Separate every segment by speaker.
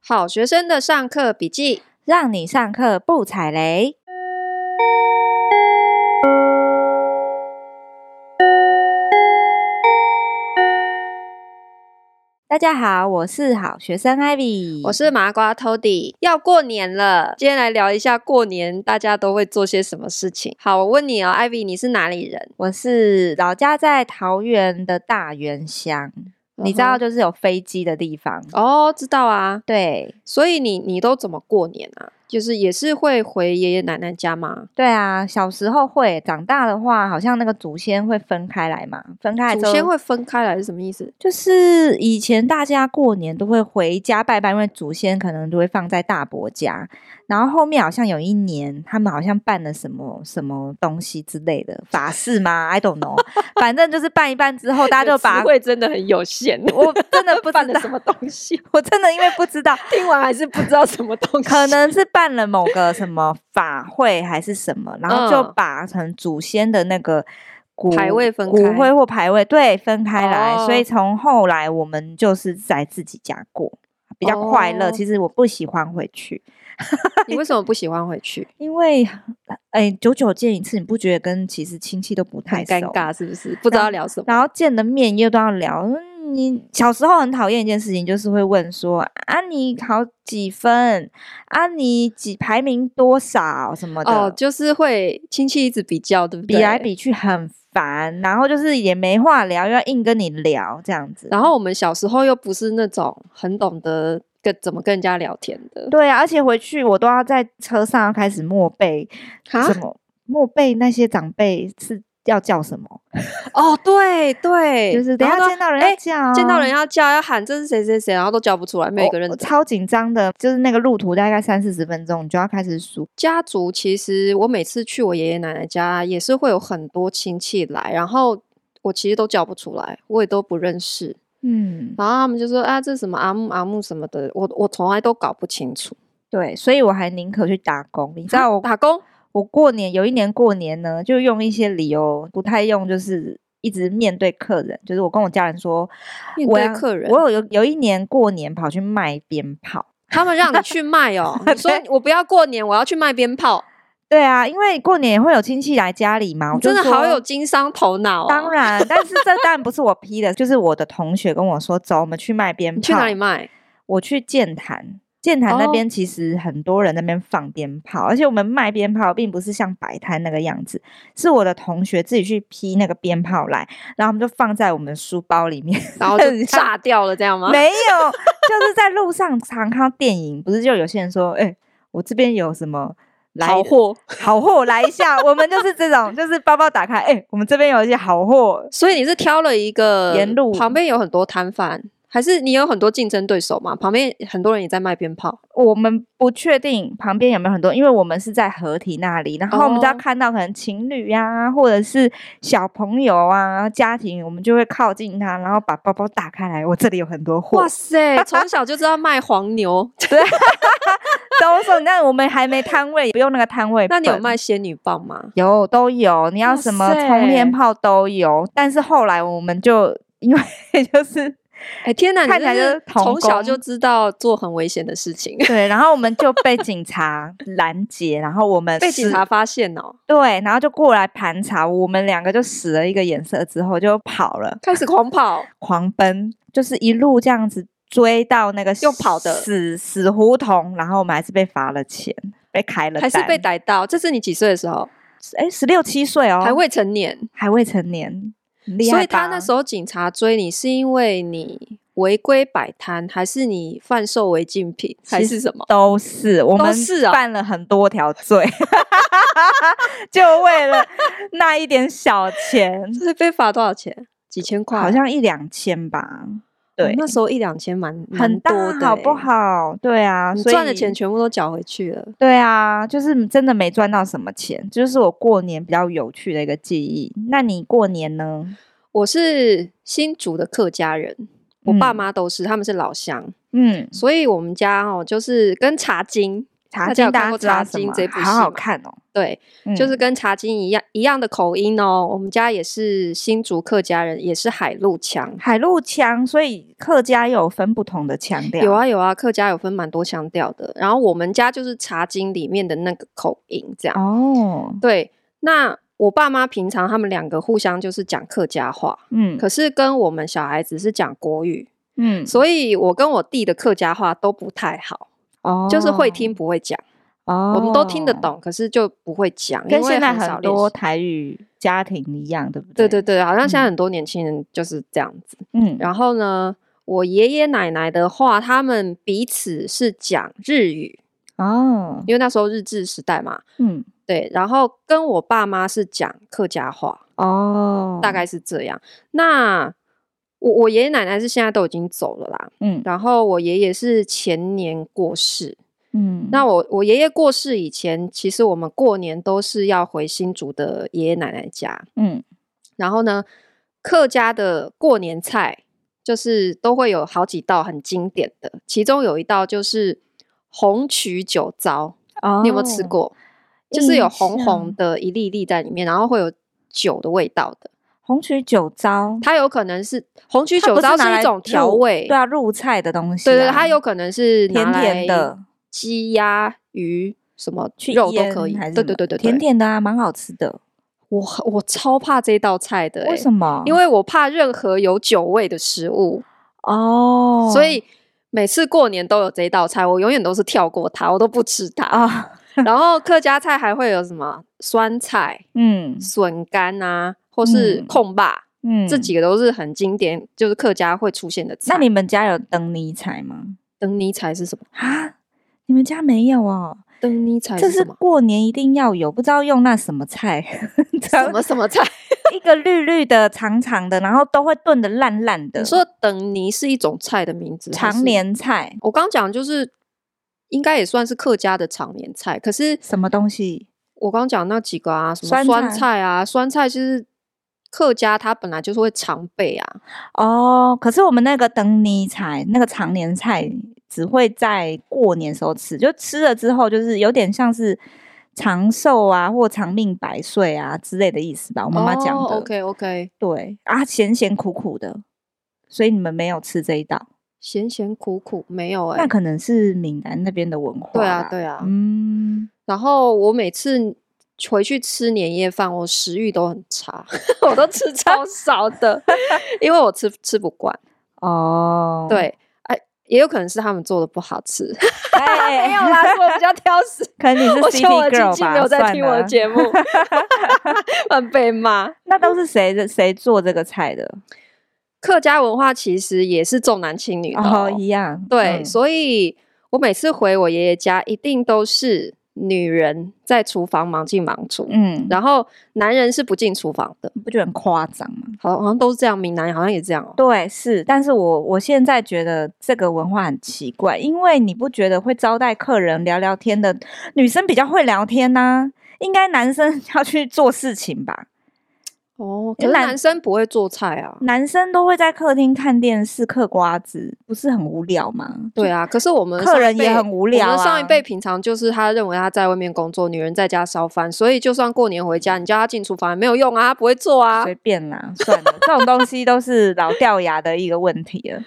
Speaker 1: 好学生的上课笔记，
Speaker 2: 让你上课不踩雷。大家好，我是好学生 Ivy，
Speaker 1: 我是麻瓜 Tody。要过年了，今天来聊一下过年大家都会做些什么事情。好，我问你哦，Ivy，你是哪里人？
Speaker 2: 我是老家在桃园的大园乡，
Speaker 1: 嗯
Speaker 2: 你知道就是有飞机的地方。
Speaker 1: 哦，知道啊。
Speaker 2: 对
Speaker 1: 所以你你都怎么过年啊？就是也是会回爷爷奶奶家吗？
Speaker 2: 对啊，小时候会，长大的话好像那个祖先会分开来嘛，分开来
Speaker 1: 祖
Speaker 2: 之后
Speaker 1: 先会分开来是什么意思？
Speaker 2: 就是以前大家过年都会回家拜拜，因为祖先可能都会放在大伯家。然后后面好像有一年，他们好像办了什么什么东西之类的法事吗？I don't know，反正就是办一办之后，大家就把
Speaker 1: 词汇真的很有限，
Speaker 2: 我真 的不
Speaker 1: 办
Speaker 2: 知
Speaker 1: 了
Speaker 2: 道
Speaker 1: 什，么东 西，
Speaker 2: 我真的因为不知道，
Speaker 1: 听完还是不知道什么东西。
Speaker 2: 可能是办了某个什么法会还是什么，然后就
Speaker 1: 嗯
Speaker 2: 把成祖先的那个骨
Speaker 1: 牌位分
Speaker 2: 骨
Speaker 1: 开
Speaker 2: 灰或牌位对分开来，所以
Speaker 1: 哦
Speaker 2: 从后来我们就是在自己家过，比较快乐。
Speaker 1: 哦
Speaker 2: 其实我不喜欢回去，
Speaker 1: 你为什么不喜欢回去？
Speaker 2: 因为哎，久久见一次，你不觉得跟其实亲戚都不
Speaker 1: 很
Speaker 2: 太
Speaker 1: 尴
Speaker 2: 熟
Speaker 1: 尬，是不是？不知道聊什么。
Speaker 2: 然后见了面又都要聊。嗯你小时候很讨厌一件事情，就是会问说啊，你考几分？啊，你几排名多少什么的，
Speaker 1: 哦，就是会亲戚一直比较，对不对？
Speaker 2: 比来比去很烦。然后就是也没话聊，又要硬跟你聊这样子。
Speaker 1: 然后我们小时候又不是那种很懂得跟怎么跟人家聊天的，
Speaker 2: 对啊，而且回去我都要在车上要开始默背
Speaker 1: 哈
Speaker 2: 什么，默背那些长辈是要叫什么，
Speaker 1: 哦，对对，
Speaker 2: 就是等
Speaker 1: 然
Speaker 2: 一
Speaker 1: 后都
Speaker 2: 下见到人
Speaker 1: 哎
Speaker 2: 要叫，啊
Speaker 1: 见到人要叫要喊这是谁谁谁，然后都叫不出来，没有一个
Speaker 2: 我
Speaker 1: 认
Speaker 2: 我
Speaker 1: 得。
Speaker 2: 超紧张的，就是那个路途大概三四十分钟，你就要开始数
Speaker 1: 家族其实我每次去我爷爷奶奶家也是会有很多亲戚来，然后我其实都叫不出来，我也都不认识，
Speaker 2: 嗯，
Speaker 1: 然后他们就说啊这是什么阿木阿木什么的，我我从来都搞不清楚。
Speaker 2: 对，所以我还宁可去打工。你知道我，
Speaker 1: 打工
Speaker 2: 我过年有一年过年呢，就用一些理由，不太用，就是一直面对客人，就是我跟我家人说，
Speaker 1: 面
Speaker 2: 我
Speaker 1: 对
Speaker 2: 要
Speaker 1: 客人，
Speaker 2: 我有有有一年过年跑去卖鞭炮。
Speaker 1: 他们让你去卖 哦，你说我不要过年，我要去卖鞭炮，
Speaker 2: 对啊，因为过年也会有亲戚来家里嘛，我
Speaker 1: 你
Speaker 2: 就
Speaker 1: 真的好
Speaker 2: 说
Speaker 1: 有经商头脑哦。
Speaker 2: 当然，但是这当然不 是我批的，就是我的同学跟我说，走，我们去卖鞭炮。
Speaker 1: 你去哪里？卖？
Speaker 2: 我去剑潭，剑潭那
Speaker 1: 哦
Speaker 2: 边其实很多人在那边放鞭炮，而且我们卖鞭炮并不是像摆摊那个样子，是我的同学自己去批那个鞭炮来，然后我们就放在我们书包里面，
Speaker 1: 然后就
Speaker 2: 很像
Speaker 1: 炸掉了，这样吗？
Speaker 2: 没有，就是在路上常看到电影，不是就有些人说，哎、我这边有什么来
Speaker 1: 好货，
Speaker 2: 好货来一下，我们就是这种，就是包包打开，哎、我们这边有一些好货，
Speaker 1: 所以你是挑了一个
Speaker 2: 沿路
Speaker 1: 旁边有很多摊贩，还是你有很多竞争对手嘛？旁边很多人也在卖鞭炮，
Speaker 2: 我们不确定旁边有没有很多，因为我们是在合体那里，然后我们只要
Speaker 1: 哦
Speaker 2: 看到可能情侣啊，或者是小朋友啊、家庭，我们就会靠近他，然后把包包打开来，我这里有很多货
Speaker 1: 哇。塞，从小就知道卖黄 牛，
Speaker 2: 都说，但我们还没摊位，不用那个摊位本。
Speaker 1: 那你有卖仙女棒吗？
Speaker 2: 有都有，你要
Speaker 1: 哇
Speaker 2: 什么
Speaker 1: 塞
Speaker 2: 冲天炮都有。但是后来我们就因为 就是
Speaker 1: 哎、天哪，你
Speaker 2: 看起来
Speaker 1: 真
Speaker 2: 就是是童
Speaker 1: 从小
Speaker 2: 工
Speaker 1: 就知道做很危险的事 情，
Speaker 2: 对，然后我们就被警察拦截，然后我们
Speaker 1: 被警
Speaker 2: 使
Speaker 1: 察发现哦，
Speaker 2: 对，然后就过来盘查，我们两个就使了一个眼色之后就跑了，
Speaker 1: 开始狂跑，
Speaker 2: 狂奔，就是一路这样子追到那个
Speaker 1: 用跑的
Speaker 2: 死死胡同，然后我们还是被罚了钱，被开了
Speaker 1: 还
Speaker 2: 单，
Speaker 1: 是被逮到。这是你几岁的时候？
Speaker 2: 哎十六七岁哦，
Speaker 1: 还未成年，
Speaker 2: 还未成年，很厉害
Speaker 1: 所以他那
Speaker 2: 吧
Speaker 1: 时候警察追你是因为你违规摆摊，还是你贩售违禁品，还
Speaker 2: 其
Speaker 1: 是什么？
Speaker 2: 都是，我
Speaker 1: 都
Speaker 2: 们
Speaker 1: 是啊
Speaker 2: 犯了很多条罪， 就为了那一点小钱，
Speaker 1: 这是被罚多少钱？几千块？啊
Speaker 2: 好像一两千吧。
Speaker 1: 哦
Speaker 2: 对，
Speaker 1: 那时候一两千蛮蛮
Speaker 2: 很大
Speaker 1: 多的，欸
Speaker 2: 好不？好？对啊，
Speaker 1: 你
Speaker 2: 所以
Speaker 1: 赚的钱全部都缴回去了。
Speaker 2: 对啊，就是真的没赚到什么钱，就是我过年比较有趣的一个记忆。那你过年呢？
Speaker 1: 我是新竹的客家人，我爸
Speaker 2: 嗯
Speaker 1: 妈都是，他们是老乡，
Speaker 2: 嗯，
Speaker 1: 所以我们家哦，就是跟茶经
Speaker 2: 茶
Speaker 1: 大家
Speaker 2: 经
Speaker 1: 有
Speaker 2: 大
Speaker 1: 看
Speaker 2: 家
Speaker 1: 过
Speaker 2: 知道
Speaker 1: 茶
Speaker 2: 什
Speaker 1: 经
Speaker 2: 么
Speaker 1: 这部戏
Speaker 2: 好好
Speaker 1: 吗
Speaker 2: 看哦，
Speaker 1: 对，
Speaker 2: 嗯
Speaker 1: 就是跟茶经一样一样的口音哦。我们家也是新竹客家人，也是海陆腔。
Speaker 2: 海陆腔，所以客家有分不同的腔调。
Speaker 1: 有，啊有啊，客家有分蛮多腔调的。然后我们家就是茶经里面的那个口音，这样。
Speaker 2: 哦，
Speaker 1: 对，那我爸妈平常他们两个互相就是讲客家话，
Speaker 2: 嗯
Speaker 1: 可是跟我们小孩子是讲国语，
Speaker 2: 嗯，
Speaker 1: 所以我跟我弟的客家话都不太好，
Speaker 2: 哦，
Speaker 1: 就是会听，不会讲。
Speaker 2: 哦，
Speaker 1: 我们都听得，懂，可是就不会讲，因
Speaker 2: 跟
Speaker 1: 为
Speaker 2: 现在
Speaker 1: 很少
Speaker 2: 很
Speaker 1: 练
Speaker 2: 多
Speaker 1: 习。
Speaker 2: 台语家庭一样，对不
Speaker 1: 对
Speaker 2: 对
Speaker 1: 对对，好像现在
Speaker 2: 嗯
Speaker 1: 很多年轻人就是这样子。
Speaker 2: 嗯，
Speaker 1: 然后呢，我爷爷奶奶的话，他们彼此是讲日语，
Speaker 2: 哦，
Speaker 1: 因为那时候日治时代嘛，
Speaker 2: 嗯，
Speaker 1: 对。然后跟我爸妈是讲客家话，
Speaker 2: 哦，
Speaker 1: 大，概是这样。那我我爷爷奶奶是现在都已经走了啦，
Speaker 2: 嗯
Speaker 1: 然后我爷爷是前年过世。
Speaker 2: 嗯，
Speaker 1: 那我我爷爷过世以前，其实我们过年都是要回新竹的爷爷奶奶家，
Speaker 2: 嗯
Speaker 1: 然后呢，客家的过年菜就是都会有好几道很经典的，其中有一道就是红曲酒糟，
Speaker 2: 哦，啊
Speaker 1: 你有没有吃？过？就是有
Speaker 2: 印
Speaker 1: 红红
Speaker 2: 象
Speaker 1: 的一粒粒在里面，然后会有酒的味道的。
Speaker 2: 哦红曲酒糟，
Speaker 1: 它有可能是红曲
Speaker 2: 它
Speaker 1: 酒
Speaker 2: 不
Speaker 1: 糟
Speaker 2: 拿
Speaker 1: 是
Speaker 2: 来
Speaker 1: 一种调
Speaker 2: 入
Speaker 1: 味，
Speaker 2: 对啊，入菜的东西啊，
Speaker 1: 对对，它有可能是拿
Speaker 2: 甜甜
Speaker 1: 来
Speaker 2: 的
Speaker 1: 鸡鸭鱼什么
Speaker 2: 去
Speaker 1: 肉都
Speaker 2: 腌
Speaker 1: 可以
Speaker 2: 还。是
Speaker 1: 对
Speaker 2: 什
Speaker 1: 对
Speaker 2: 么
Speaker 1: 对对，
Speaker 2: 甜
Speaker 1: 对。
Speaker 2: 甜的啊，蛮好吃的。
Speaker 1: 我我超怕这道菜的、
Speaker 2: 为
Speaker 1: 么？
Speaker 2: 什么？
Speaker 1: 因为我怕任何有酒味的食物，
Speaker 2: 哦，
Speaker 1: 所以每次过年都有这道菜，我永远都是跳过它，我都不吃它。
Speaker 2: 啊，
Speaker 1: 然后客家菜还会有什么酸菜、
Speaker 2: 嗯
Speaker 1: 笋干啊，或是
Speaker 2: 嗯
Speaker 1: 控霸，
Speaker 2: 嗯，
Speaker 1: 这几个都是很经典，就是客家会出现的菜。
Speaker 2: 那你们家有灯泥彩吗？
Speaker 1: 灯泥菜是什么？
Speaker 2: 啊，你们家没有哦？
Speaker 1: 灯泥菜
Speaker 2: 这
Speaker 1: 是
Speaker 2: 是
Speaker 1: 什么？
Speaker 2: 过年一定要有，不知道用那什么菜，
Speaker 1: 什么什么菜？
Speaker 2: 一个绿绿的、长长的，然后都会炖的烂烂的。
Speaker 1: 你说等泥是一种菜的名字？还是
Speaker 2: 常？年菜
Speaker 1: 我刚讲就是应该也算是客家的常年菜，可是
Speaker 2: 什么东西？
Speaker 1: 我刚讲那几个啊，什么
Speaker 2: 酸
Speaker 1: 酸
Speaker 2: 菜
Speaker 1: 菜啊，酸菜其实客家它本来就是会常备啊，
Speaker 2: 哦，可是我们那个灯泥菜，那个常年菜只会在过年时候吃，就吃了之后就是有点像是长寿啊或长命百岁啊之类的意思吧。我妈妈讲的，
Speaker 1: 哦、OK OK，
Speaker 2: 对啊，咸咸苦苦的，所以你们没有吃这一道，
Speaker 1: 咸咸苦苦没有哎、
Speaker 2: 那可能是闽南那边的文化
Speaker 1: 对啊
Speaker 2: 啦
Speaker 1: 对啊
Speaker 2: 嗯，
Speaker 1: 然后我每次回去吃年夜饭，我食欲都很差， 我都吃超少的， 因为我吃吃不惯。
Speaker 2: 哦，，
Speaker 1: 对，哎，也有可能是他们做的不好吃，
Speaker 2: 哎，
Speaker 1: 没有啦，是我比较挑食。
Speaker 2: 可能你是
Speaker 1: 我觉得我的
Speaker 2: CP
Speaker 1: 亲
Speaker 2: girl
Speaker 1: 戚
Speaker 2: 吧？
Speaker 1: 没有在
Speaker 2: 算
Speaker 1: 听我的
Speaker 2: 了
Speaker 1: 节 目，很被骂。
Speaker 2: 那都是谁的谁做这个菜的？
Speaker 1: 客家文化其实也是重男轻女的、
Speaker 2: 哦，
Speaker 1: 哦，
Speaker 2: 一样，
Speaker 1: 对，
Speaker 2: 嗯
Speaker 1: 所以我每次回我爷爷家，一定都是女人在厨房忙进忙出，
Speaker 2: 嗯，
Speaker 1: 然后男人是不进厨房的，
Speaker 2: 你不觉得很夸张吗？
Speaker 1: 好好像都是这样，闽南好像也这样哦。
Speaker 2: 对，是，但是我我现在觉得这个文化很奇怪，因为你不觉得会招待客人聊聊天的女生比较会聊天呐、应该男生 要去做事情吧？
Speaker 1: 哦，可
Speaker 2: 因为
Speaker 1: 是
Speaker 2: 男嗯
Speaker 1: 男生不会做菜啊。
Speaker 2: 男生都会在客厅看电视、嗑瓜子，不是很无聊吗？
Speaker 1: 对啊，可是我们
Speaker 2: 客
Speaker 1: 上一
Speaker 2: 人也
Speaker 1: 辈
Speaker 2: 很无聊
Speaker 1: 我们上一
Speaker 2: 啊
Speaker 1: 辈平常就是他认为他在外面工作，女人在家烧饭，所以就算过年回家，你叫他进厨房也没有用啊，他不会做啊。
Speaker 2: 随便啦，算了，这种东西都是老掉牙的一个问题了。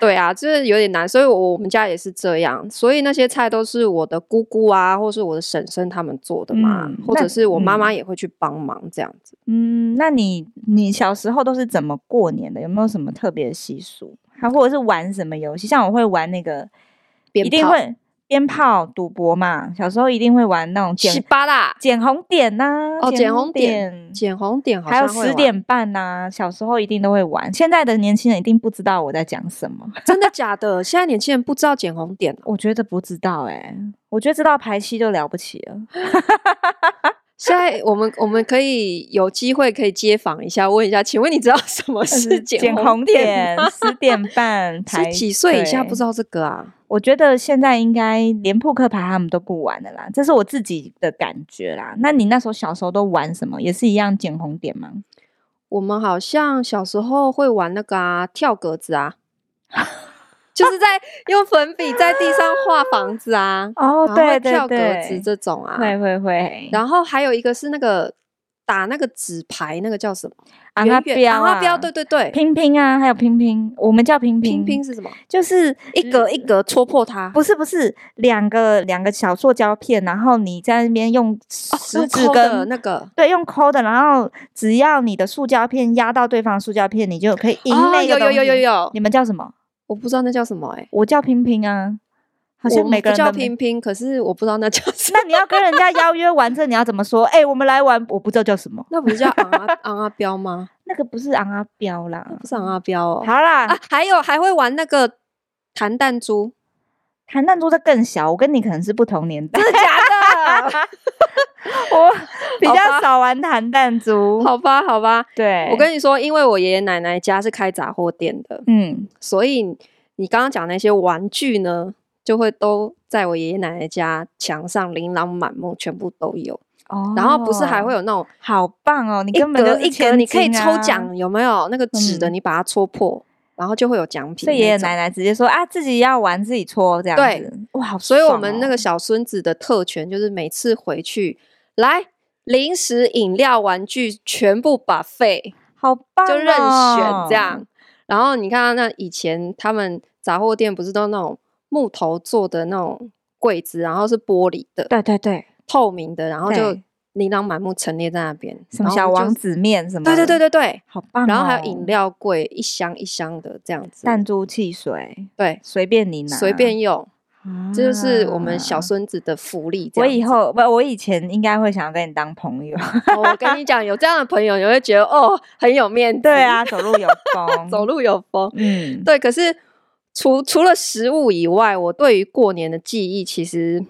Speaker 1: 对啊，就是有点难，所以我我们家也是这样，所以那些菜都是我的姑姑啊，或是我的婶婶他们做的嘛，
Speaker 2: 嗯
Speaker 1: 或
Speaker 2: 那
Speaker 1: 者是我妈妈
Speaker 2: 嗯
Speaker 1: 也会去帮忙这样子。
Speaker 2: 嗯，那你你小时候都是怎么过年的？有没有什么特别的习俗？还或者是玩什么游戏？像我会玩那个，
Speaker 1: 鞭
Speaker 2: 一定
Speaker 1: 炮
Speaker 2: 会鞭炮、赌博嘛。小时候一定会玩那种
Speaker 1: 十
Speaker 2: 捡
Speaker 1: 八啦，
Speaker 2: 捡红点呐、
Speaker 1: 哦，捡红
Speaker 2: 点
Speaker 1: 点，，捡红点好
Speaker 2: 嗯还有
Speaker 1: 像会
Speaker 2: 十
Speaker 1: 玩，
Speaker 2: 点半呐、小时候一定都会玩。现在的年轻人一定不知道我在讲什么，
Speaker 1: 真的假的？现在年轻人不知道捡红点了，啊
Speaker 2: 我觉得不知道哎、我觉得知道排戏就了不起了。
Speaker 1: 现在我们我们可以有机会可以街访一下，问一下，请问你知道什么是
Speaker 2: 捡
Speaker 1: 捡
Speaker 2: 呃红
Speaker 1: 点
Speaker 2: 点
Speaker 1: 吗？，
Speaker 2: 十点半排
Speaker 1: 是几岁以下
Speaker 2: 对
Speaker 1: 不知道这个啊？
Speaker 2: 我觉得现在应该连扑克牌他们都不玩了啦，这是我自己的感觉啦。那你那时候小时候都玩什么？也是一样捡红点吗？
Speaker 1: 我们好像小时候会玩那个啊，跳格子啊，就是 在用粉笔在地上画房子啊，
Speaker 2: 哦，
Speaker 1: 然后
Speaker 2: 对
Speaker 1: 会
Speaker 2: 对
Speaker 1: 跳格子
Speaker 2: 对，
Speaker 1: 这种啊，
Speaker 2: 会会会，
Speaker 1: 然后还有一个是那个打那个纸牌，那个叫什么？
Speaker 2: 啊
Speaker 1: 圆
Speaker 2: 那
Speaker 1: 圆
Speaker 2: 标
Speaker 1: 啊
Speaker 2: 啊，
Speaker 1: 那标，对对对，
Speaker 2: 拼拼啊，还有拼拼，我们叫拼
Speaker 1: 拼
Speaker 2: 拼
Speaker 1: 拼，是什么？
Speaker 2: 就是
Speaker 1: 一格一格戳破它，
Speaker 2: 不是不是两个两个小塑胶片，然后你在那边用哦食
Speaker 1: 哦用
Speaker 2: 指
Speaker 1: 抠的
Speaker 2: 跟
Speaker 1: 那个
Speaker 2: 对用抠的，然后只要你的塑胶片压到对方塑胶片，你就可以赢
Speaker 1: 哦，
Speaker 2: 那
Speaker 1: 有有
Speaker 2: 个东
Speaker 1: 有有
Speaker 2: 西。
Speaker 1: 有，
Speaker 2: 你们叫什么？
Speaker 1: 我不知道那叫什么哎，
Speaker 2: 我叫拼拼啊，好
Speaker 1: 我
Speaker 2: 像每
Speaker 1: 们
Speaker 2: 个
Speaker 1: 不
Speaker 2: 人
Speaker 1: 叫
Speaker 2: 都没
Speaker 1: 拼拼，可是我不知道那叫什么，
Speaker 2: 那你要跟人家邀约完这，你要怎么说？哎、我们来玩，我不知道叫 什么，
Speaker 1: 那不是叫昂啊昂啊标吗？
Speaker 2: 那个不是昂阿彪啦
Speaker 1: 那，不是昂啊标哦。
Speaker 2: 好啦，
Speaker 1: 啊，还有还会玩那个弹弹 珠，
Speaker 2: 弹弹珠这更小，我跟你可能是不同年代，
Speaker 1: 真的假的？
Speaker 2: 我比
Speaker 1: 好
Speaker 2: 较
Speaker 1: 吧
Speaker 2: 少玩弹弹珠。
Speaker 1: 好吧，好吧，
Speaker 2: 对，
Speaker 1: 我跟你说，因为我爷爷奶奶家是开杂货店的，
Speaker 2: 嗯，
Speaker 1: 所以你刚刚讲那些玩具呢，就会都在我爷爷奶奶家墙上琳琅满目，全部都有。
Speaker 2: 哦
Speaker 1: 然后不是还会有那种
Speaker 2: 好棒哦，你
Speaker 1: 一
Speaker 2: 根本
Speaker 1: 格
Speaker 2: 就是
Speaker 1: 一格，
Speaker 2: 千
Speaker 1: 你可以
Speaker 2: 金
Speaker 1: 抽
Speaker 2: 啊。
Speaker 1: 奖，有没有？那个纸的
Speaker 2: 嗯
Speaker 1: 你把它戳破，然后就会有奖品
Speaker 2: 所
Speaker 1: 那种。
Speaker 2: 以爷爷奶奶直接说啊，自己要玩自己搓这样
Speaker 1: 对
Speaker 2: 子，哇，好
Speaker 1: 所以我
Speaker 2: 爽
Speaker 1: 们
Speaker 2: 哦
Speaker 1: 那个小孙子的特权就是每次回去来。零食、饮料、玩具全部把费
Speaker 2: 好棒、哦，
Speaker 1: 就任选这样。然后你看到啊那以前他们杂货店不是都那种木头做的那种柜子，然后是玻璃的，
Speaker 2: 对对对，
Speaker 1: 透明的，然后就
Speaker 2: 对
Speaker 1: 琳琅满目陈列在那边，
Speaker 2: 什么
Speaker 1: 然后
Speaker 2: 小
Speaker 1: 就
Speaker 2: 王，子面什么，
Speaker 1: 对对对
Speaker 2: 对，
Speaker 1: 对对，
Speaker 2: 好棒、哦。
Speaker 1: 然后还有饮料柜一箱一箱的这样子，
Speaker 2: 弹珠汽水，
Speaker 1: 对，
Speaker 2: 随便你拿，
Speaker 1: 随便用，
Speaker 2: 啊，
Speaker 1: 这就是我们小孙子的福利。这
Speaker 2: 嗯我
Speaker 1: 样
Speaker 2: 以
Speaker 1: 子
Speaker 2: 后不，我以前应该会想要跟你当朋 友。
Speaker 1: 哦我跟你讲，有这样的朋友，你会觉得哦很有面子，
Speaker 2: 对，啊，走路有 风，
Speaker 1: 走，路有风。
Speaker 2: 嗯，
Speaker 1: 对，可是除除了食物以外，我对于过年的记忆其实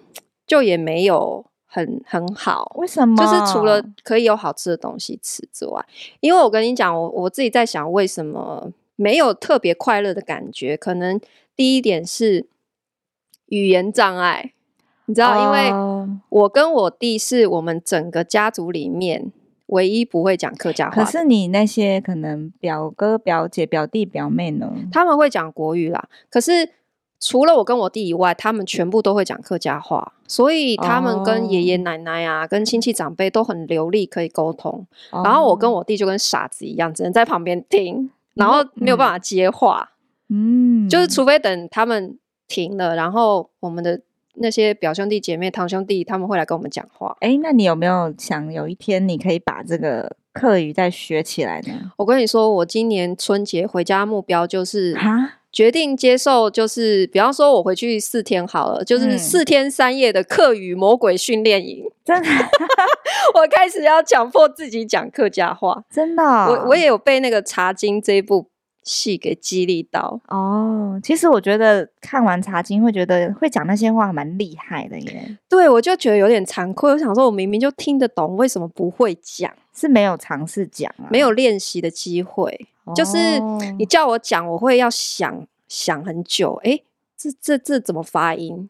Speaker 1: 就也没有很很好。
Speaker 2: 为什么？
Speaker 1: 就是除了可以有好吃的东西吃之外，因为我跟你讲，我我自己在想，为什么没有特别快乐的感觉？可能第一点是语言障碍，你知道，因为
Speaker 2: 哦
Speaker 1: 我跟我弟是我们整个家族里面唯一不会讲客家话
Speaker 2: 可
Speaker 1: 的，
Speaker 2: 是你那些可能表哥、表姐、表弟、表妹呢？
Speaker 1: 他们会讲国语啦。可是除了我跟我弟以外，他们全部都会讲客家话，所以他们跟爷爷
Speaker 2: 哦
Speaker 1: 奶奶啊、跟亲戚长辈都很流利，可以沟通。然后我跟
Speaker 2: 我，
Speaker 1: 我弟就跟傻子一样，只能在旁边听，然后没有办
Speaker 2: 嗯
Speaker 1: 法接话，
Speaker 2: 嗯，
Speaker 1: 就是除非等他们停了，然后我们的那些表兄弟姐妹、堂兄弟他们会来跟我们讲话。
Speaker 2: 哎，那你有没有想有一天你可以把这个课语再学起来呢？
Speaker 1: 我跟你说，我今年春节回家目标就是
Speaker 2: 啊，
Speaker 1: 决定接受，就是比方说我回去四天好了，就是
Speaker 2: 嗯
Speaker 1: 四天三夜的课语魔鬼训练营，
Speaker 2: 真的
Speaker 1: 我开始要强迫自己讲客家话。
Speaker 2: 真的哦，
Speaker 1: 我我也有被那个《茶经》这一部戏给激励到。
Speaker 2: 哦，其实我觉得看完茶经会觉得会讲那些话蛮厉害的耶，
Speaker 1: 对，我就觉得有点惭愧。我想说，我明明就听得懂，为什么不会讲？
Speaker 2: 是没有尝试讲啊，
Speaker 1: 没有练习的机会。就是
Speaker 2: 哦
Speaker 1: 你叫我讲，我会要想想很久。诶，这这这怎么发音？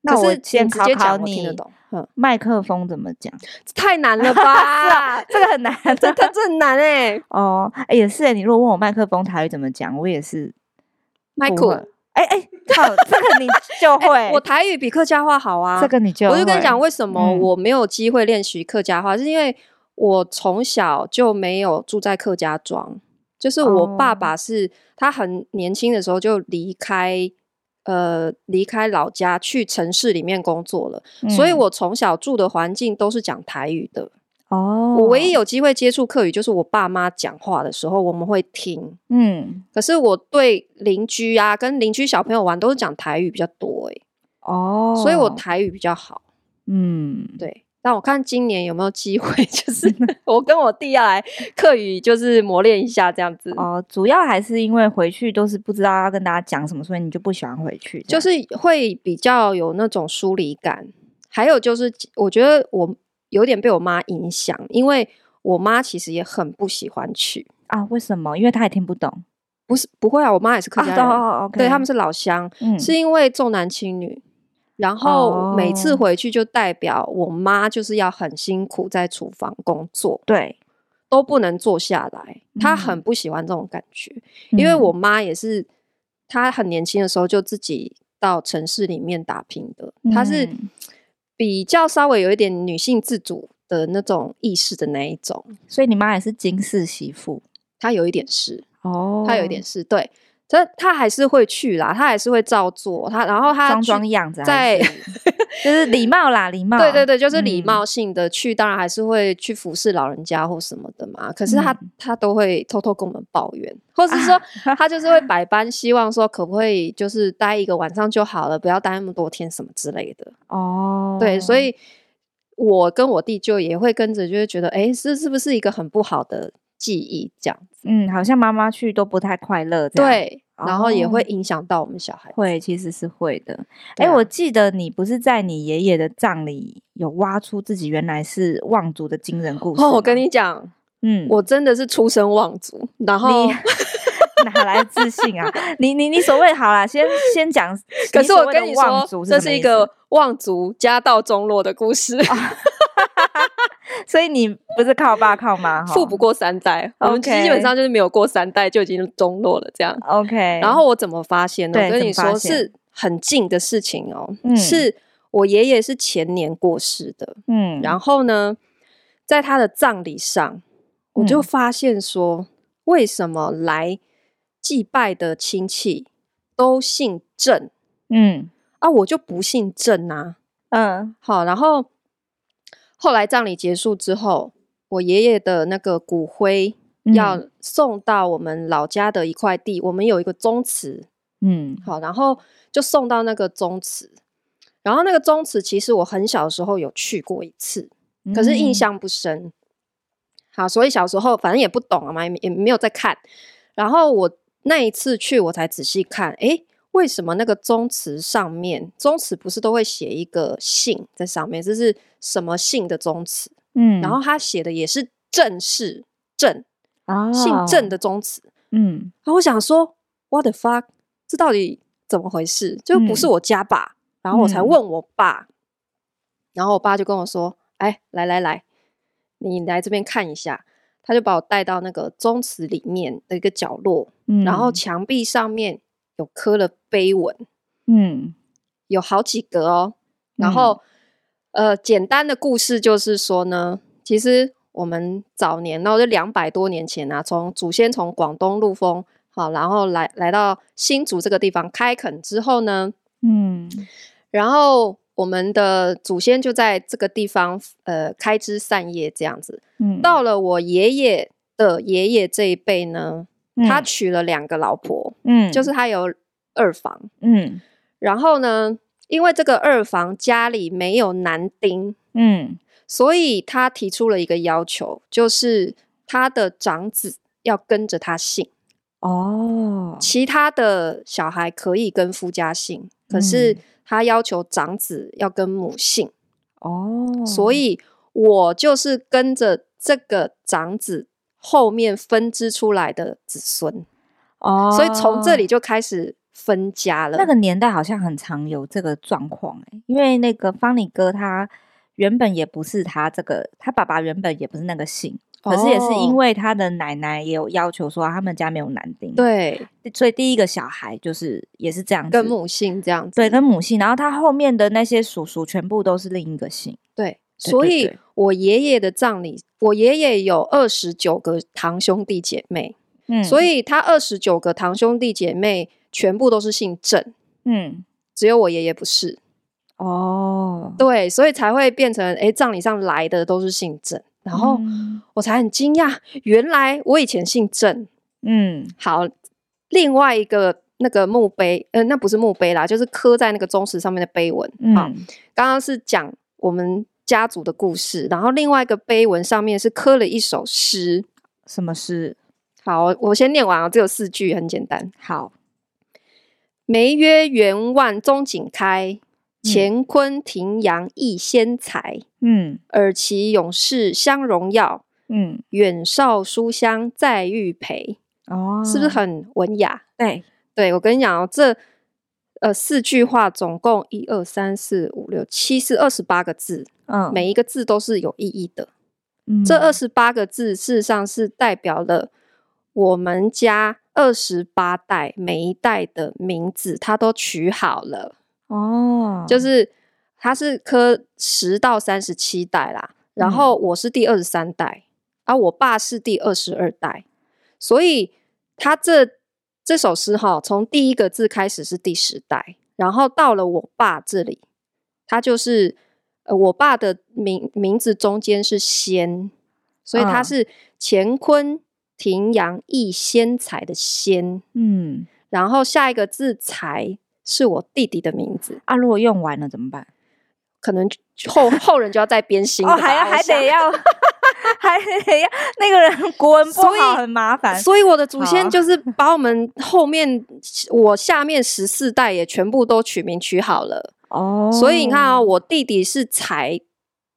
Speaker 2: 那
Speaker 1: 可
Speaker 2: 我
Speaker 1: 是你
Speaker 2: 先
Speaker 1: 直
Speaker 2: 考
Speaker 1: 接
Speaker 2: 考
Speaker 1: 讲，我听得
Speaker 2: 你
Speaker 1: 懂。嗯，
Speaker 2: 麦克风怎么讲？啊
Speaker 1: 这太难了 吧？
Speaker 2: 这个很难
Speaker 1: 这这这很难哎、欸
Speaker 2: 哦，哎也是耶。你如果问我麦克风台语怎么讲，我也是 不
Speaker 1: ，Michael，
Speaker 2: 会。哎哎，好，这 个你就
Speaker 1: 哎
Speaker 2: 会，
Speaker 1: 我台语比客家话好啊。
Speaker 2: 这个你就
Speaker 1: 我就跟你
Speaker 2: 会
Speaker 1: 讲，，为什么
Speaker 2: 嗯
Speaker 1: 我没有机会练习客家话，是因为我从小就没有住在客家庄，就是我爸
Speaker 2: 哦
Speaker 1: 爸是、他很年轻的时候就离开。呃，离开老家去城市里面工作了，所以
Speaker 2: 嗯
Speaker 1: 我从小住的环境都是讲台语的。
Speaker 2: 哦，
Speaker 1: 我唯一有机会接触客语，就是我爸妈讲话的时候我们会听，
Speaker 2: 嗯
Speaker 1: 可是我对邻居啊，跟邻居小朋友玩都是讲台语比较多、欸，
Speaker 2: 哦，
Speaker 1: 所以我台语比较好。
Speaker 2: 嗯
Speaker 1: 对，但我看今年有没有机会， 就是 我跟我弟要来课语，就是磨练一下这样子。
Speaker 2: 哦，主要还是因为回去都是不知道要跟大家讲什么，所以你就不喜欢回去这
Speaker 1: 就
Speaker 2: 样，
Speaker 1: 是会比较有那种疏离感，还有就是，我觉得我有点被我妈影响，因为我妈其实也很不喜欢去，
Speaker 2: 啊，为什么？因为他也听不懂
Speaker 1: 不是不会啊，我妈也是客家人，
Speaker 2: 哦，OK，
Speaker 1: 对他们是老乡，
Speaker 2: 嗯
Speaker 1: 是因为重男轻女，然后每次
Speaker 2: 哦
Speaker 1: 回去就代表我妈就是要很辛苦在厨房工作，
Speaker 2: 对，
Speaker 1: 都不能坐下来，她
Speaker 2: 嗯
Speaker 1: 很不喜欢这种感觉。因为
Speaker 2: 嗯
Speaker 1: 我妈也是他很年轻的时候就自己到城市里面打拼的，他是
Speaker 2: 嗯
Speaker 1: 比较稍微有一点女性自主的那种意识的那一种，
Speaker 2: 所以你妈也是金氏媳妇
Speaker 1: 他有一点是，
Speaker 2: 哦
Speaker 1: 他有一点是对，他他还是会去啦，他还是会照做他，然后他
Speaker 2: 装
Speaker 1: 去
Speaker 2: 装样子还
Speaker 1: 在
Speaker 2: 是，就是礼貌啦，礼貌。
Speaker 1: 对对对，就是礼
Speaker 2: 嗯
Speaker 1: 貌性的去，当然还是会去服侍老人家或什么的嘛。可是他、他都会偷偷跟我们抱怨，或是 说他就是会百般希望说，可不可以就是待一个晚上就好了，不要待那么多天什么之类的。
Speaker 2: 哦，
Speaker 1: 对，所以我跟我弟就也会跟着，就会觉得，哎，这是不是一个很不好的记忆？这样子，
Speaker 2: 嗯，好像妈妈去都不太快乐，，
Speaker 1: 对，然后也会
Speaker 2: 哦
Speaker 1: 影响到我们小孩。
Speaker 2: 会其实是会的。
Speaker 1: 对
Speaker 2: 哎、
Speaker 1: 啊
Speaker 2: 我记得你不是在你爷爷的葬礼有挖出自己原来是望族的惊人故事
Speaker 1: 哦，我跟
Speaker 2: 吗，
Speaker 1: 你讲，
Speaker 2: 嗯，
Speaker 1: 我真的是出生望族，然后。
Speaker 2: 你哪来的自信啊？你你你所谓好啦，先先讲
Speaker 1: 可
Speaker 2: 你
Speaker 1: 是
Speaker 2: 所
Speaker 1: 我
Speaker 2: 谓的
Speaker 1: 跟你
Speaker 2: 望
Speaker 1: 说
Speaker 2: 族，
Speaker 1: 这
Speaker 2: 什么
Speaker 1: 是一
Speaker 2: 意思啊
Speaker 1: 个，望族家道中落的故事，
Speaker 2: 所以你不是靠爸靠妈哈，
Speaker 1: 富不过三代。我们基
Speaker 2: OK
Speaker 1: 本上就是没有过三代就已经中落了这样。
Speaker 2: OK，
Speaker 1: 然后我怎么发现呢？
Speaker 2: 对
Speaker 1: 我跟你
Speaker 2: 怎么
Speaker 1: 说
Speaker 2: 发现
Speaker 1: 是很近的事情哦，
Speaker 2: 嗯
Speaker 1: 是我爷爷是前年过世的，
Speaker 2: 嗯，
Speaker 1: 然后呢，在他的葬礼上，我就
Speaker 2: 嗯
Speaker 1: 发现说，为什么来祭拜的亲戚都姓郑
Speaker 2: 嗯
Speaker 1: 啊？我就不姓郑啊。
Speaker 2: 嗯
Speaker 1: 好，然后后来葬礼结束之后，我爷爷的那个骨灰
Speaker 2: 嗯
Speaker 1: 要送到我们老家的一块地，我们有一个宗祠，
Speaker 2: 嗯
Speaker 1: 好，然后就送到那个宗祠。然后那个宗祠，其实我很小的时候有去过一次，可是印
Speaker 2: 嗯
Speaker 1: 象不深。好，所以小时候反正也不懂啊嘛，也也没有在看。然后我那一次去，我才仔细看，诶，为什么那个宗祠上面，宗祠不是都会写一个姓在上面，这是什么姓的宗祠？
Speaker 2: 嗯，
Speaker 1: 然后他写的也是郑氏郑，姓郑
Speaker 2: 的，
Speaker 1: 的宗祠。
Speaker 2: 哦嗯
Speaker 1: 然后我想说，what the fuck，这到底怎么回事？就不是
Speaker 2: 嗯
Speaker 1: 我家吧？然后我才
Speaker 2: 嗯
Speaker 1: 问我爸，然后我爸就跟我说：“哎，来来来，你来这边看一下。”他就把我带到那个宗祠里面的一个角落，
Speaker 2: 嗯，
Speaker 1: 然后墙壁上面有刻了碑文，
Speaker 2: 嗯
Speaker 1: 有好几格哦。然后，
Speaker 2: 嗯
Speaker 1: 呃，简单的故事就是说呢，其实我们早年，然后就两百多年前啊，从祖先从广东陆丰好，然后来来到新竹这个地方开垦之后呢，
Speaker 2: 嗯
Speaker 1: 然后我们的祖先就在这个地方呃开枝散叶这样子。
Speaker 2: 嗯，
Speaker 1: 到了我爷爷的爷爷这一辈呢，他
Speaker 2: 嗯
Speaker 1: 娶了两个老婆，
Speaker 2: 嗯
Speaker 1: 就是他有二房，
Speaker 2: 嗯
Speaker 1: 然后呢，因为这个二房家里没有男丁，
Speaker 2: 嗯
Speaker 1: 所以他提出了一个要求，就是他的长子要跟着他姓，
Speaker 2: 哦，
Speaker 1: 其他的小孩可以跟夫家姓，可是
Speaker 2: 嗯
Speaker 1: 他要求长子要跟母姓，
Speaker 2: 哦，
Speaker 1: 所以我就是跟着这个长子后面分支出来的子孙，
Speaker 2: 哦，
Speaker 1: 所以从这里就开始分家了。
Speaker 2: 那个年代好像很常有这个状况哎，因为那个方尼哥他原本也不是他这个，他爸爸原本也不是那个姓，可是也是因
Speaker 1: 哦
Speaker 2: 为他的奶奶也有要求说他们家没有男丁，，
Speaker 1: 对
Speaker 2: 所以第一个小孩就是也是这样子，
Speaker 1: 跟母姓这样子，
Speaker 2: 对跟母姓，然后他后面的那些叔叔全部都是另一个姓，
Speaker 1: 对，
Speaker 2: 对
Speaker 1: 所
Speaker 2: 对
Speaker 1: 以
Speaker 2: 对
Speaker 1: 我爷爷的葬礼，我爷爷有二十九个堂兄弟姐妹，
Speaker 2: 嗯，
Speaker 1: 所以他二十九个堂兄弟姐妹全部都是姓郑，
Speaker 2: 嗯。
Speaker 1: 只有我爷爷不是。
Speaker 2: 哦，
Speaker 1: 对，所以才会变成诶，葬礼上来的都是姓郑，然后
Speaker 2: 嗯
Speaker 1: 我才很惊讶，原来我以前姓郑。
Speaker 2: 嗯
Speaker 1: 好，另外一个那个墓碑，呃，那不是墓碑啦，就是刻在那个宗祠上面的碑文。好，
Speaker 2: 嗯
Speaker 1: 刚刚是讲我们家族的故事，然后另外一个碑文上面是刻了一首诗。
Speaker 2: 什么诗？
Speaker 1: 好，我先念完啊，只有四句，很简单。
Speaker 2: 好，
Speaker 1: 梅约圆万钟景开，乾坤庭阳逸仙才。
Speaker 2: 嗯
Speaker 1: 尔其勇士相荣耀，
Speaker 2: 嗯，
Speaker 1: 远少书香在玉培。
Speaker 2: 哦，
Speaker 1: 是不是很文雅？
Speaker 2: 对？
Speaker 1: 对我跟你讲哦，这呃四句话总共一二三四五六七是二十八个字，
Speaker 2: 嗯，
Speaker 1: 每一个字都是有意义的。
Speaker 2: 嗯
Speaker 1: 这二十八个字事实上是代表了我们家二十八代每一代的名字他都取好了，
Speaker 2: 哦，
Speaker 1: 就是他是科十到三十七代啦，然后我是第二十三代，啊，我爸是第二十二代，所以他这这首诗哈，从第一个字开始是第十代，然后到了我爸这里，他就是呃，我爸的名名字中间是仙，所以他
Speaker 2: 嗯
Speaker 1: 是乾坤庭阳逸仙才的仙，
Speaker 2: 嗯
Speaker 1: 然后下一个字才是我弟弟的名字。
Speaker 2: 啊，如果用完了怎么办？
Speaker 1: 可能就后后人就要再编新的
Speaker 2: 哦，
Speaker 1: 吧，
Speaker 2: 还要
Speaker 1: 我
Speaker 2: 还
Speaker 1: 想
Speaker 2: 得要还得要那个人国文不
Speaker 1: 所以
Speaker 2: 好，很麻烦。
Speaker 1: 所以我的祖先
Speaker 2: 好
Speaker 1: 就是把我们后面我下面十四代也全部都取名取好了。
Speaker 2: 哦
Speaker 1: 所以你看啊、我弟弟是才，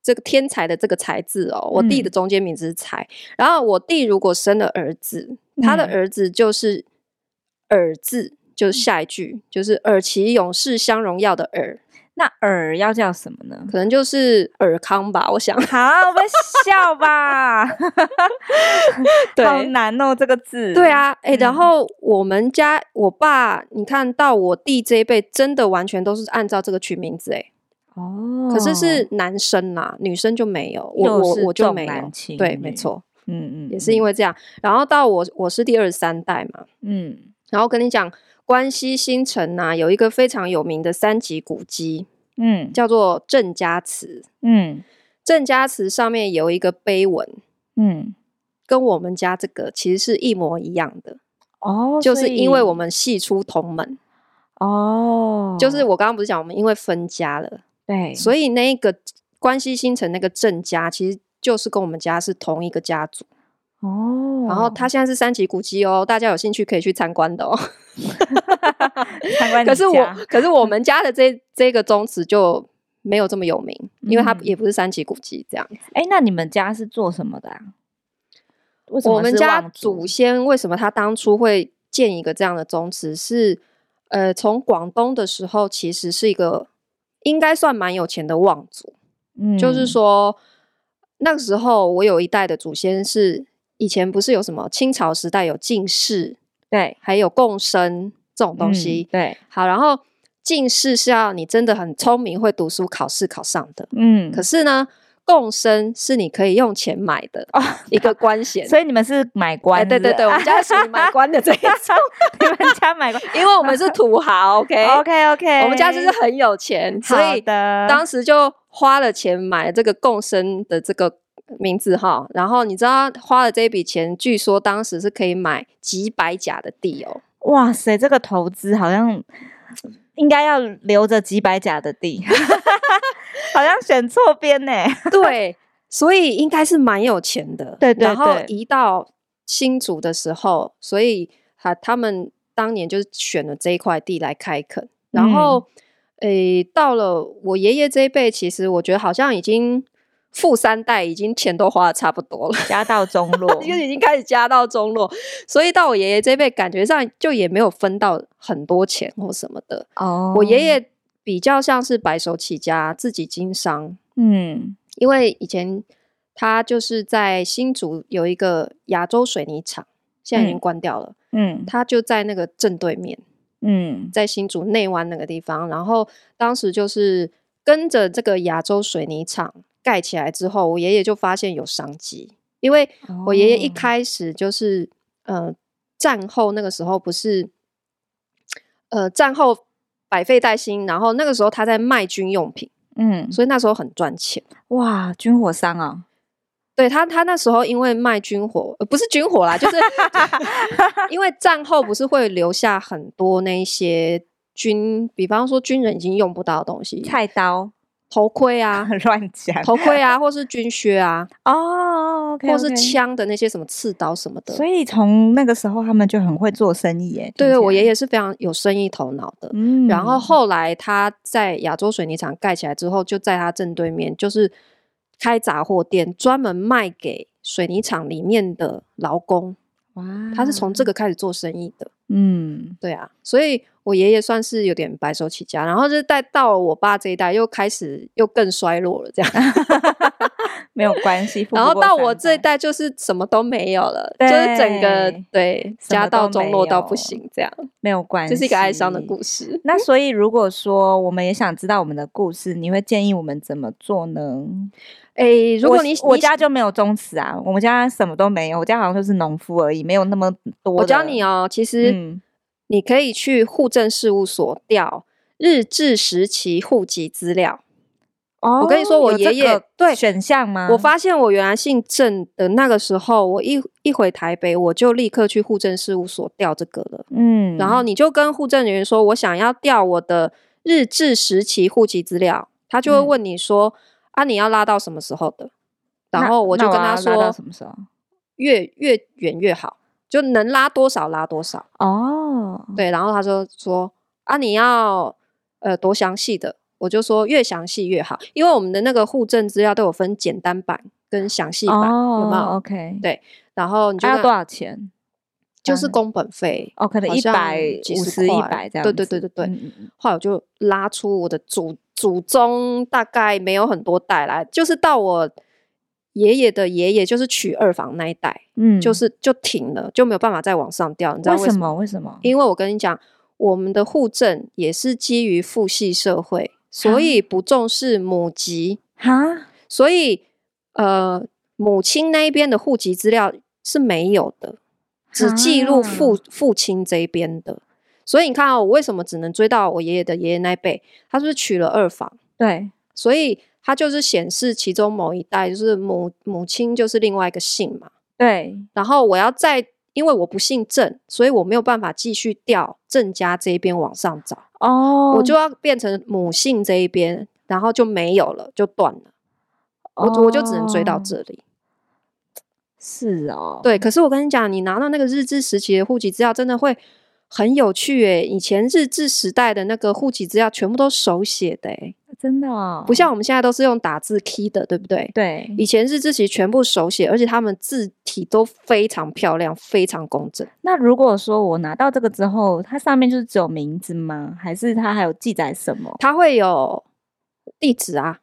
Speaker 1: 这个天才的这个才字哦，我弟的
Speaker 2: 嗯
Speaker 1: 中间名字是才。然后我弟如果生了儿子，他的
Speaker 2: 嗯
Speaker 1: 儿子就是尔字，就是下一句就是尔其勇士相荣耀的尔，
Speaker 2: 那耳要叫什么呢？
Speaker 1: 可能就是尔康吧，我想。
Speaker 2: 好，我们笑吧。好
Speaker 1: 对
Speaker 2: 难哦，这个字。
Speaker 1: 对，啊，哎、然
Speaker 2: 嗯
Speaker 1: 后我们家我爸，你看到我弟这一辈，真的完全都是按照这个取名字，哎，
Speaker 2: 哦，
Speaker 1: 可是是男生啦，女生就没有，我
Speaker 2: 又
Speaker 1: 我
Speaker 2: 是
Speaker 1: 我就
Speaker 2: 重
Speaker 1: 没
Speaker 2: 男
Speaker 1: 有
Speaker 2: 轻，
Speaker 1: 对，没
Speaker 2: 女
Speaker 1: 错，
Speaker 2: 嗯嗯，
Speaker 1: 也是因
Speaker 2: 为
Speaker 1: 为这样。然后到我我是第二十三代嘛，
Speaker 2: 嗯
Speaker 1: 然后跟你讲，关西新城呐、有一个非常有名的三级古迹，
Speaker 2: 嗯
Speaker 1: 叫做郑家祠。
Speaker 2: 嗯
Speaker 1: 郑家祠上面有一个碑文，
Speaker 2: 嗯，
Speaker 1: 跟我们家这个其实是一模一样的，
Speaker 2: 哦，
Speaker 1: 就是因为我
Speaker 2: 们
Speaker 1: 们系出同门。
Speaker 2: 哦，
Speaker 1: 就是我刚刚不是讲我们因为分家了，
Speaker 2: 对，
Speaker 1: 所以那个关西新城那个郑家其实就是跟我们家是同一个家族。
Speaker 2: 以哦，
Speaker 1: 然后它现在是三级古迹哦，大家有兴趣可以去参观的哦。
Speaker 2: 参观你
Speaker 1: 可是我
Speaker 2: 家
Speaker 1: 可是 我们家的这这个宗祠就没有这么有名，因为它
Speaker 2: 嗯
Speaker 1: 也不是三级古迹这样。
Speaker 2: 哎，那你们家是做什么的啊？为什么
Speaker 1: 我们
Speaker 2: 是
Speaker 1: 家
Speaker 2: 望族
Speaker 1: 祖先为什么他当初会建一个这样的宗祠？是呃，从广东的时候其实是一个应该算蛮有钱的望族。
Speaker 2: 嗯
Speaker 1: 就是说那个时候我有一代的祖先是以前不是有什么清朝时代有进士，
Speaker 2: 对
Speaker 1: 还有贡生这种东
Speaker 2: 嗯
Speaker 1: 西。
Speaker 2: 对，
Speaker 1: 好，然后进士是要你真的很聪明，会读书，考试考上的。
Speaker 2: 嗯，
Speaker 1: 可是呢，贡生是你可以用钱买的
Speaker 2: 哦
Speaker 1: 一个官衔。
Speaker 2: 所以你们是买官
Speaker 1: 哎，
Speaker 2: 是不
Speaker 1: 对对
Speaker 2: 是？
Speaker 1: 对，我们家是属于买官的这一 种，
Speaker 2: 你们家买官
Speaker 1: 因为我们是土豪，OK，,
Speaker 2: ，OK OK，
Speaker 1: 哎我们家就是很有钱，所以
Speaker 2: 哎的
Speaker 1: 当时就花了钱买了这个共生的这个名字哈，然后你知道花了这笔钱，据说当时是可以买几百甲的地 哦。
Speaker 2: 哇塞，这个投资好像应该要留着几百甲的地， 好像选错边呢。
Speaker 1: 对，所以应该是蛮有钱的。
Speaker 2: 对对
Speaker 1: 然后
Speaker 2: 对
Speaker 1: 移到新竹的时候，所以啊，他们当年就是选了这一块地来开垦。然后，
Speaker 2: 嗯
Speaker 1: 诶、到了我爷爷这一辈，其实我觉得好像已经富三代，已经钱都花的差不多了。
Speaker 2: 家道中落
Speaker 1: 就已经开始加到中落，所以到我爷爷这辈，感觉上就也没有分到很多钱或什么的。
Speaker 2: 哦
Speaker 1: 我爷爷比较像是白手起家，自己经商，
Speaker 2: 嗯
Speaker 1: 因为以前他就是在新竹有一个亚洲水泥厂，现在已经
Speaker 2: 嗯
Speaker 1: 关掉了，
Speaker 2: 嗯
Speaker 1: 他就在那个正对面，
Speaker 2: 嗯
Speaker 1: 在新竹内湾那个地方。然后当时就是跟着这个亚洲水泥厂盖起来之后，我爷爷就发现有商机，因为我爷爷一
Speaker 2: 哦
Speaker 1: 开始就是、呃，战后那个时候不是呃战后百废待兴，然后那个时候他在卖军用品，
Speaker 2: 嗯，
Speaker 1: 所以那时候很赚钱。
Speaker 2: 哇，军火商啊，
Speaker 1: 对他，他那时候因为卖军火，呃、不是军火啦， 就是因为战后不是会留下很多那一些军，比方说军人已经用不到的东西，
Speaker 2: 菜刀
Speaker 1: 头盔啊、
Speaker 2: 乱讲
Speaker 1: 头盔啊，或是军靴啊，
Speaker 2: 哦，OK，
Speaker 1: 或是
Speaker 2: OK
Speaker 1: 枪的那些什么刺刀什么的。
Speaker 2: 所以从那个时候他们就很会做生意耶。
Speaker 1: 对对，
Speaker 2: 听起
Speaker 1: 我
Speaker 2: 来
Speaker 1: 爷，爷是非常有生意头脑的。
Speaker 2: 嗯
Speaker 1: 然后后来他在亚洲水泥厂盖起来之后，就在他正对面就是开杂货店，专门卖给水泥厂里面的劳工。
Speaker 2: 哇，
Speaker 1: 他是从这个开始做生意的。
Speaker 2: 嗯
Speaker 1: 对啊，所以我爷爷算是有点白手 起家，然后就是带到了我爸这一代，又开始又更衰落了，这样。
Speaker 2: 没有关系。
Speaker 1: 然后到我这一
Speaker 2: 代，
Speaker 1: 代就是什么都没有了，就是整个
Speaker 2: 对
Speaker 1: 对
Speaker 2: 什
Speaker 1: 家
Speaker 2: 么
Speaker 1: 道
Speaker 2: 都
Speaker 1: 中
Speaker 2: 没
Speaker 1: 落到
Speaker 2: 有
Speaker 1: 不行，这样
Speaker 2: 没有关系，
Speaker 1: 这是一个哀伤的故事。
Speaker 2: 那所以，如果说我们也想知道我们的故事，你会建议我们怎么做呢？
Speaker 1: 诶，如
Speaker 2: 我
Speaker 1: 果你
Speaker 2: 我
Speaker 1: 你
Speaker 2: 家就没有宗祠啊，我们家什么都没有，我家好像就是农夫而已，没有那么多。
Speaker 1: 我教你
Speaker 2: 哦，
Speaker 1: 哦，其实
Speaker 2: 嗯，
Speaker 1: 你可以去户政事务所调日治时期户籍资料。
Speaker 2: 哦
Speaker 1: 我跟你说我
Speaker 2: 有
Speaker 1: 爷
Speaker 2: 这
Speaker 1: 爷
Speaker 2: 个
Speaker 1: 对
Speaker 2: 选项吗？
Speaker 1: 我发现我原来姓郑的那个时候，我一一回台北，我就立刻去户政事务所调这个了。
Speaker 2: 嗯，
Speaker 1: 然后你就跟户政人员说，我想要调我的日治时期户籍资料，他就会
Speaker 2: 嗯
Speaker 1: 问你说、啊，你要拉到什么时候的？然
Speaker 2: 那
Speaker 1: 后我就
Speaker 2: 那
Speaker 1: 跟
Speaker 2: 要
Speaker 1: 他
Speaker 2: 拉到
Speaker 1: 说
Speaker 2: 什，么时候？
Speaker 1: 越越远越好，就能拉多少拉多少。
Speaker 2: 哦，
Speaker 1: 对，然后他就说啊，你要呃多详细的，我就说越详细越好，因为我们的那个户政资料都有分简单版跟详细版，
Speaker 2: 哦，
Speaker 1: 有没有？
Speaker 2: ？OK，
Speaker 1: 对然后你就
Speaker 2: 还要
Speaker 1: 看
Speaker 2: 多少钱？
Speaker 1: 就是
Speaker 2: 啊
Speaker 1: 工本费，
Speaker 2: 哦，可能
Speaker 1: 好
Speaker 2: 一
Speaker 1: 像
Speaker 2: 百
Speaker 1: 几
Speaker 2: 五
Speaker 1: 十
Speaker 2: 十、一
Speaker 1: 块
Speaker 2: 百这样
Speaker 1: 对
Speaker 2: 子。
Speaker 1: 对对对对
Speaker 2: 嗯嗯嗯
Speaker 1: 后来我就拉出我的祖祖宗，大概没有很多代来，就是到我爷爷的爷爷，就是娶二房那一代，
Speaker 2: 嗯，
Speaker 1: 就是就停了，就没有办法再往上调，你知道
Speaker 2: 为
Speaker 1: 为
Speaker 2: 什
Speaker 1: 什么？
Speaker 2: 么？为什么？
Speaker 1: 因为我跟你讲，我们的户政也是基于父系社会，
Speaker 2: 啊
Speaker 1: 所以不重视母籍，
Speaker 2: 哈，
Speaker 1: 所以呃，母亲那一边的户籍资料是没有的，只记
Speaker 2: 啊
Speaker 1: 录父父亲这一边的。所以你看啊、我为什么只能追到我爷爷的爷爷那一辈？他是不是娶了二房？
Speaker 2: 对，
Speaker 1: 所以他就是显示其中某一代就是母母亲就是另外一个姓嘛。
Speaker 2: 对，
Speaker 1: 然后我要再，因为我不姓郑，所以我没有办法继续调郑家这一边往上找，
Speaker 2: 哦，
Speaker 1: 我就要变成母姓这一边，然后就没有了，就断了。我我就只能追到
Speaker 2: 哦。
Speaker 1: 这里。
Speaker 2: 是哦，，
Speaker 1: 对，可是我跟你讲，你拿到那个日治时期的户籍资料，真的会很有趣诶、以前日治时代的那个户籍资料全部都手写的、诶，
Speaker 2: 真的哦，
Speaker 1: 不像我们现在都是用打字 key 的，对不对？
Speaker 2: 对，
Speaker 1: 以前日治时期全部手写，而且他们字体都非常漂亮，非常工整。
Speaker 2: 那如果说我拿到这个之后，它上面就是只有名字吗？还是它还有记载什么？
Speaker 1: 它会有地址啊，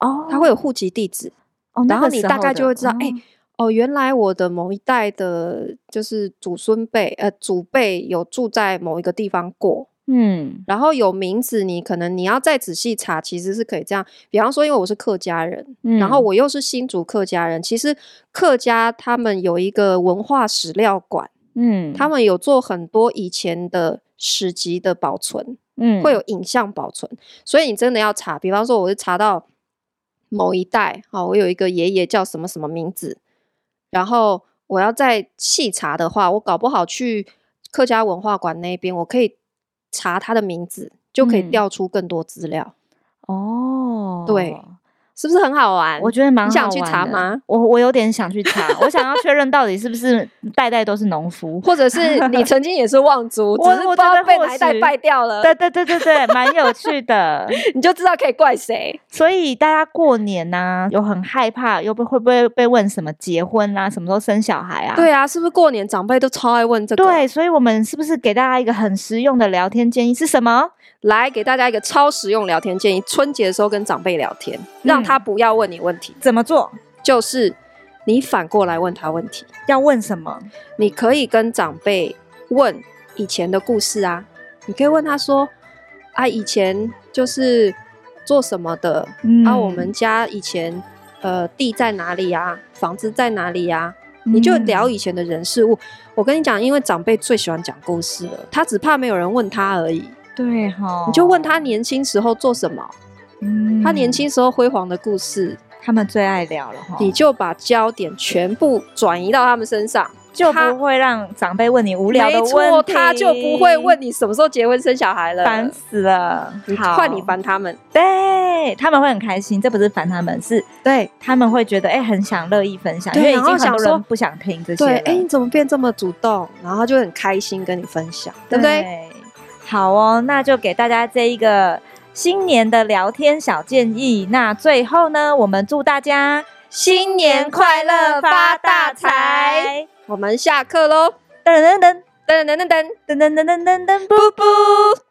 Speaker 2: 哦
Speaker 1: 它会有户籍地址，
Speaker 2: 哦，那
Speaker 1: 然后
Speaker 2: 个
Speaker 1: 你
Speaker 2: 时
Speaker 1: 大
Speaker 2: 候
Speaker 1: 概
Speaker 2: 的
Speaker 1: 就会知道，哎、
Speaker 2: 哦
Speaker 1: 哦，原来我的某一代的，就是祖孙辈，呃，祖辈有住在某一个地方过，
Speaker 2: 嗯，
Speaker 1: 然后有名字，你可能你要再仔细查，其实是可以这样。比方说，因为我是客家人，然后
Speaker 2: 嗯
Speaker 1: 我又是新竹客家人，其实客家他们有一个文化史料馆，
Speaker 2: 嗯，
Speaker 1: 他们有做很多以前的史籍的保存，
Speaker 2: 嗯
Speaker 1: 会有影像保存，所以你真的要查。比方说，我是查到某一代，好、我有一个爷爷叫什么什么名字，然后我要再细查的话，我搞不好去客家文化馆那边，我可以查他的名字，就可以
Speaker 2: 嗯
Speaker 1: 调出更多资料，
Speaker 2: 哦，
Speaker 1: 对是不是很好玩？
Speaker 2: 我觉得蛮
Speaker 1: 你想
Speaker 2: 好
Speaker 1: 去
Speaker 2: 玩
Speaker 1: 查
Speaker 2: 的
Speaker 1: 吗？
Speaker 2: 我我有点想去查，我想要确认到底是不是代代都是 农夫。
Speaker 1: 或者是你曾经也是望 族，只
Speaker 2: 我
Speaker 1: 是不知
Speaker 2: 我觉
Speaker 1: 道
Speaker 2: 得
Speaker 1: 被
Speaker 2: 或
Speaker 1: 哪一代
Speaker 2: 许
Speaker 1: 败掉了，
Speaker 2: 对对对对对，蛮有 趣的。
Speaker 1: 你就知道可以怪谁。
Speaker 2: 所以大家过年呐、有很害怕，又被会不会被问什么结婚啊，什么时候生小孩啊？
Speaker 1: 对啊，是不是过年长辈都超爱问这个？
Speaker 2: 对，所以我们是不是给大家一个很实用的聊天建议是什么？
Speaker 1: 来给大家一个超实用聊天建议：春节的时候跟长辈聊天，
Speaker 2: 嗯
Speaker 1: 让他不要问你问题，
Speaker 2: 怎么做？
Speaker 1: 就是你反过来问他问题。
Speaker 2: 要问什么？
Speaker 1: 你可以跟长辈问以前的故事啊，你可以问他说：“啊，以前就是做什么的？
Speaker 2: 嗯
Speaker 1: 啊，我们家以前呃地在哪里啊？房子在哪里啊？”你就聊
Speaker 2: 嗯
Speaker 1: 以前的人事物。我跟你讲，因为长辈最喜欢讲故事了，他只怕没有人问他而已。
Speaker 2: 嗯对哈、
Speaker 1: 你就问他年轻时候做什么。
Speaker 2: 嗯
Speaker 1: 他年轻，时候辉煌的故事，
Speaker 2: 他们最爱聊了哈，
Speaker 1: 你就把焦点全部转移到他们身上，
Speaker 2: 就
Speaker 1: 他
Speaker 2: 不会让长辈问你无聊的
Speaker 1: 没
Speaker 2: 问
Speaker 1: 错，
Speaker 2: 题
Speaker 1: 他就不会问，你什么时候结婚生小孩了，
Speaker 2: 烦死了。
Speaker 1: 你
Speaker 2: 好
Speaker 1: 换你，烦他们，
Speaker 2: 对他们会很开心，这不是烦他们，是
Speaker 1: 对
Speaker 2: 他们会觉得哎、很想乐意分享，因
Speaker 1: 对
Speaker 2: 为已
Speaker 1: 然后
Speaker 2: 经很
Speaker 1: 想
Speaker 2: 多
Speaker 1: 说
Speaker 2: 人不想听这些
Speaker 1: 对，
Speaker 2: 了，
Speaker 1: 哎，你怎么变这么主动？然后他就很开心跟你分享，对不对？？
Speaker 2: 好哦，那就给大家这一个新年的聊天小建议。那最后呢，我们祝大家
Speaker 1: 新年快乐，发大财！！我们下课喽，
Speaker 2: 噔噔噔
Speaker 1: 噔噔噔噔噔。
Speaker 2: 噔噔噔噔噔噔，布布。